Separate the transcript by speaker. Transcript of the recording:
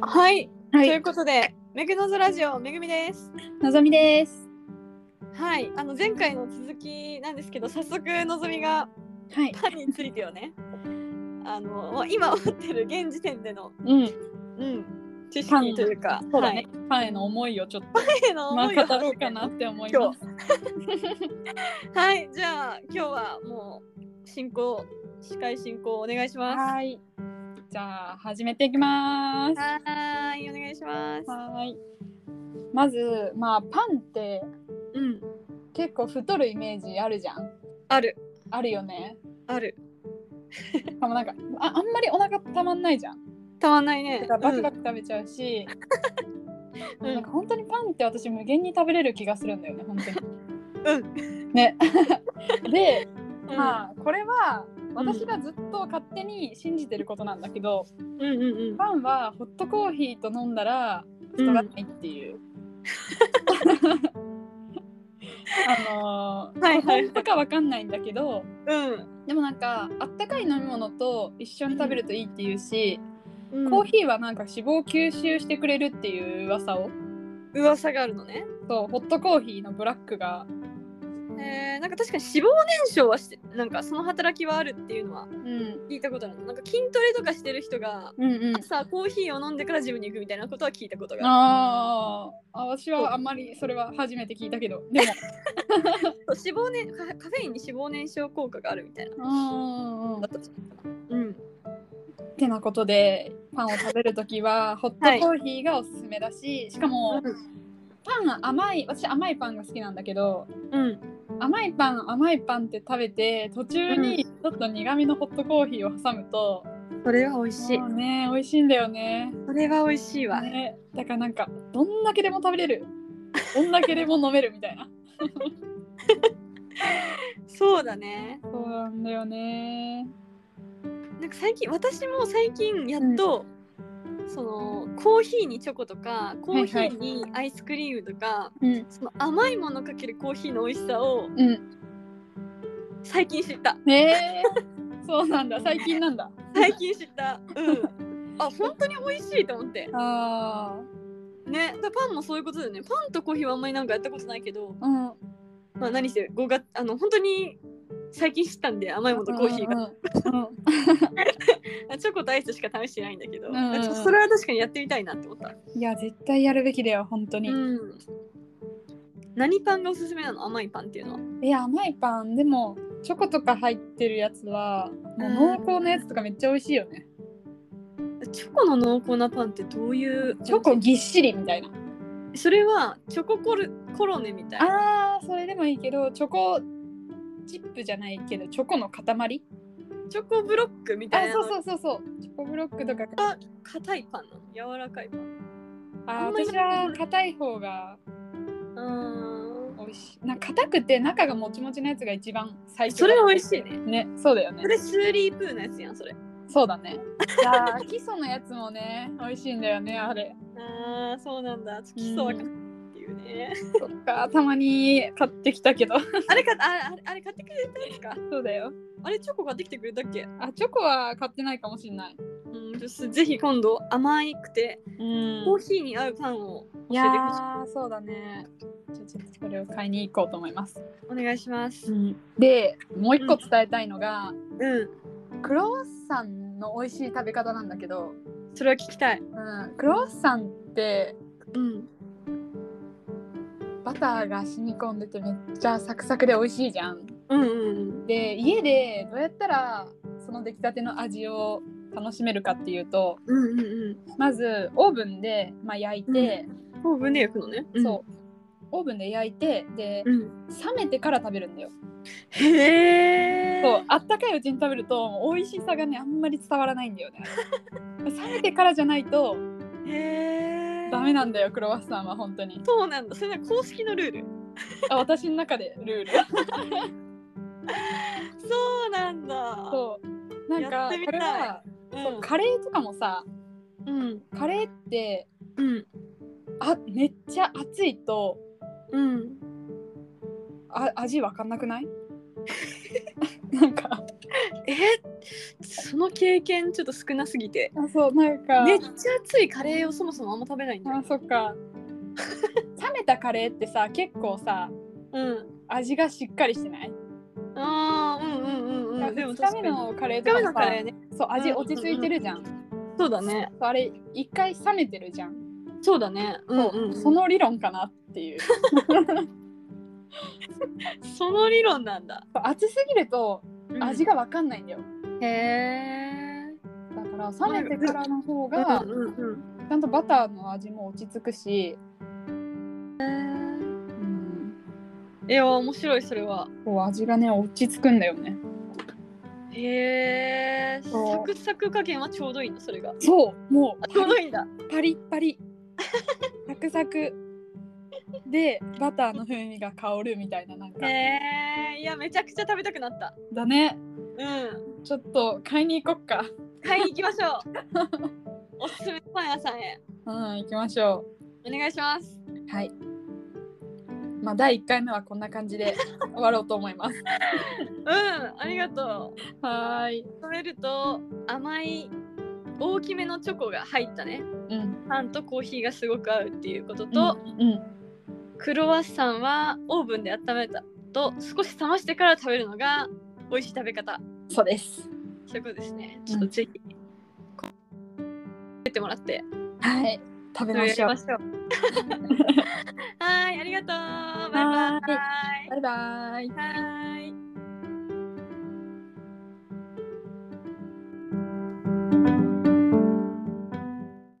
Speaker 1: はい、と
Speaker 2: は
Speaker 1: いう
Speaker 2: い、
Speaker 1: ことで「めぐのぞラジオ」めぐみです。
Speaker 2: のぞみです。
Speaker 1: はいあの前回の続きなんですけど早速のぞみが
Speaker 2: はい、
Speaker 1: パンについてをねあのもう今持ってる現時点での、
Speaker 2: うん、
Speaker 1: うん、知識というか
Speaker 2: そうだ
Speaker 1: は
Speaker 2: ね
Speaker 1: い、、
Speaker 2: ファンへの思いをちょっと、
Speaker 1: 彼の
Speaker 2: ま
Speaker 1: 思
Speaker 2: あ、
Speaker 1: いを
Speaker 2: 語ろうかなって思います。
Speaker 1: はいじゃあ今日はもう進行司会進行お願いします。
Speaker 2: い、じゃあ、始めていきます。
Speaker 1: はーいお願いします。
Speaker 2: はい、まず、まあ、パンって
Speaker 1: うん
Speaker 2: 結構太るイメージあるじゃん。
Speaker 1: ある
Speaker 2: あるよね。
Speaker 1: ある
Speaker 2: しかもなんか、あ、あんまりお腹たまんないじゃん。
Speaker 1: たまんないね
Speaker 2: だ。からバクバク食べちゃうし、
Speaker 1: うんう
Speaker 2: なん
Speaker 1: ん
Speaker 2: か本当にパンって私無限に食べれる気がするんだよね、本当に。
Speaker 1: うん
Speaker 2: ね。 で。
Speaker 1: うん
Speaker 2: まあこれは私がずっと勝手に信じてることなんだけど、
Speaker 1: うんうんうん
Speaker 2: パンはホットコーヒーと飲んだら太らないって いう。あのー
Speaker 1: はいはい
Speaker 2: 本当かわかんないんだけど
Speaker 1: うん
Speaker 2: でもなんかあったかい飲み物と一緒に食べるといいっていうし、
Speaker 1: うん
Speaker 2: コーヒーはなんか脂肪を吸収してくれるっていう噂を
Speaker 1: 噂があるのね。
Speaker 2: そうホットコーヒーのブラックが、
Speaker 1: えー、なんか確かに脂肪燃焼はしてなんかその働きはあるっていうのは
Speaker 2: うん、
Speaker 1: 聞いたことあるなんか筋トレとかしてる人が
Speaker 2: うんうん
Speaker 1: 朝コーヒーを飲んでからジムに行くみたいなことは聞いたことがあ
Speaker 2: あーあ私はあんまりそれは初めて聞いたけどでも
Speaker 1: るそう脂肪、ね、カカフェインに脂肪燃焼効果があるみたいな
Speaker 2: うん
Speaker 1: だったじゃんうん
Speaker 2: てなことでパンを食べるときはホットコーヒーがおすすめだししかもパン甘い私甘いパンが好きなんだけど
Speaker 1: うん
Speaker 2: 甘いパン甘いパンって食べて途中にちょっと苦味のホットコーヒーを挟むと、
Speaker 1: それは美味しい
Speaker 2: もうね美味しいんだよね
Speaker 1: それは美味しいわ、
Speaker 2: ねだからなんかどんだけでも食べれるどんだけでも飲めるみたいな
Speaker 1: そうだね
Speaker 2: そうなんだよね
Speaker 1: なんか最近私も最近やっと、そのコーヒーにチョコとかコーヒーにアイスクリームとか、
Speaker 2: うん
Speaker 1: その甘いものかけるコーヒーの美味しさを
Speaker 2: うん
Speaker 1: 最近知った
Speaker 2: ねーそうなんだ最近なんだ
Speaker 1: 最近知ったうんあ本当に美味しいと思って
Speaker 2: あ
Speaker 1: ねだパンもそういうことだよねパンとコーヒーはあんまりなんかやったことないけど
Speaker 2: あうん
Speaker 1: まあ何せ5月あの本当に最近知ったんで甘いものとコーヒーが、
Speaker 2: うんうんうん
Speaker 1: チョコとアイスしか試してないんだけど、
Speaker 2: うんうんうん
Speaker 1: ちょっとそれは確かにやってみたいなって思った
Speaker 2: いや絶対やるべきだよ本当に、
Speaker 1: うん何パンがおすすめなの甘いパンっていうのは
Speaker 2: え甘いパンでもチョコとか入ってるやつはもう濃厚なやつとかめっちゃ美味しいよね、
Speaker 1: チョコの濃厚なパンってどういう
Speaker 2: チョコぎっしりみたいな
Speaker 1: それはチョココルコロネみたいな
Speaker 2: あーそれでもいいけどチョコチップじゃないけどチョコの塊
Speaker 1: チョコブロックみ
Speaker 2: あ
Speaker 1: たいなの
Speaker 2: そうそうそうそうチョコブロックとか
Speaker 1: あ硬いパンなの柔らかいパン
Speaker 2: あ
Speaker 1: あ
Speaker 2: ー
Speaker 1: んまり
Speaker 2: 私は硬い方が
Speaker 1: うん
Speaker 2: 美味しいなんか硬くて中がもちもちのやつが一番最初
Speaker 1: それは美味しいね
Speaker 2: ねそうだよね
Speaker 1: それスーリープーのやつやんそれ
Speaker 2: そうだ ねいやー基礎のやつもね美味しいんだよねあれ
Speaker 1: あーそうなんだ基礎はかっていうね
Speaker 2: そっか、たまに買ってきたけど。
Speaker 1: あれかああれあれ買ってくれたんですか
Speaker 2: そうだよ。
Speaker 1: あれチョコ買ってきてくれたっけ
Speaker 2: あ、チョコは買ってないかもしれない。
Speaker 1: うんちょっとぜひ今度甘いくて
Speaker 2: うん
Speaker 1: コーヒーに合うパンを教
Speaker 2: い
Speaker 1: え
Speaker 2: や
Speaker 1: てほしい
Speaker 2: ー、そうだね。じゃあちょっとそれを買いに行こうと思います。
Speaker 1: お願いします
Speaker 2: で、もう一個伝えたいのが、
Speaker 1: うん
Speaker 2: クロワッサンの美味しい食べ方なんだけど、
Speaker 1: それは聞きたい
Speaker 2: うん、クロワッサンって
Speaker 1: うん
Speaker 2: バターが染み込んでてめっちゃサクサクで美味しいじゃん。
Speaker 1: うんうん
Speaker 2: で、家でどうやったらその出来たての味を楽しめるかっていうと、
Speaker 1: うんうんうん
Speaker 2: まずオーブンで、まあ、焼いて、
Speaker 1: うんオーブンで焼くのね
Speaker 2: そうオーブンで焼いてで
Speaker 1: うん、うん、
Speaker 2: 冷めてから食べるんだよ
Speaker 1: へえ
Speaker 2: そうあったかいうちに食べるともう美味しさがねあんまり伝わらないんだ よね冷めてからじゃないと
Speaker 1: へえ
Speaker 2: ダメなんだよクロワッサンは本当に
Speaker 1: そうなんだそれなんか公式のルール
Speaker 2: あ私の中でルール
Speaker 1: そうなんだ
Speaker 2: そうなん
Speaker 1: やっ
Speaker 2: か
Speaker 1: てみ
Speaker 2: こ
Speaker 1: た
Speaker 2: れ
Speaker 1: い
Speaker 2: は、そうカレーとかもさ
Speaker 1: うんうん
Speaker 2: カレーって
Speaker 1: うん
Speaker 2: あめっちゃ熱いと
Speaker 1: うん
Speaker 2: あ味わかんなくないなんか
Speaker 1: えそその経験ちょっと少なすぎて
Speaker 2: あそうなんか
Speaker 1: めっちゃ熱いカレーをそもそもあんま食べないんだよ
Speaker 2: あ、そっか冷めたカレーってさ結構さ
Speaker 1: うん、
Speaker 2: 味がしっかりしてない、
Speaker 1: あーうんうんうん
Speaker 2: な
Speaker 1: うんん
Speaker 2: か
Speaker 1: でも
Speaker 2: 2日
Speaker 1: 確
Speaker 2: 目
Speaker 1: かに
Speaker 2: のカレ
Speaker 1: 2
Speaker 2: ーと
Speaker 1: 日
Speaker 2: か
Speaker 1: 目
Speaker 2: も
Speaker 1: の
Speaker 2: さ
Speaker 1: カレーね
Speaker 2: そう味落ち着いてるじゃん,、
Speaker 1: そうだね
Speaker 2: そうあれ一回冷めてるじゃん、
Speaker 1: そうだねうんうん、うん、
Speaker 2: その理論かなっていう
Speaker 1: その理論なんだ、
Speaker 2: 熱すぎると味
Speaker 1: が
Speaker 2: が分かんないんだよ、
Speaker 1: へえ
Speaker 2: だから冷めてからの方が
Speaker 1: うんうんうん
Speaker 2: ちゃんとバターの味も落ち着くし、
Speaker 1: へ
Speaker 2: うん、
Speaker 1: えいや面白いそれは
Speaker 2: こう味がね落ち着くんだよね
Speaker 1: へえ
Speaker 2: そう
Speaker 1: サクサク加減はちょうどいいのそれが
Speaker 2: そうも
Speaker 1: あちょうどいいんだ
Speaker 2: うパリッパリサクサクでバターの風味が香るみたいななんか、
Speaker 1: へえいやめちゃくちゃ食べたくなった
Speaker 2: だね
Speaker 1: うん
Speaker 2: ちょっと買いに行こっか
Speaker 1: 買いに行きましょうおすすめのパン屋さんへ
Speaker 2: うん行きましょ
Speaker 1: お願いします
Speaker 2: うはいまあ第1回目はこんな感じで終わろうと思います
Speaker 1: うんありがとう
Speaker 2: はーい
Speaker 1: 食べると甘い大きめのチョコが入ったね
Speaker 2: うん
Speaker 1: パンとコーヒーがすごく合うっていうことと、
Speaker 2: うん
Speaker 1: クロワッサンはオーブンで温めたと少し冷ましてから食べるのが美味しい食べ方
Speaker 2: そうです
Speaker 1: そういうことですねちょっとぜひ、こう出てもらって
Speaker 2: はい食べ
Speaker 1: や
Speaker 2: ま
Speaker 1: り
Speaker 2: しょう
Speaker 1: ましょう はいありがとうバイバイ
Speaker 2: バイバーイ
Speaker 1: はい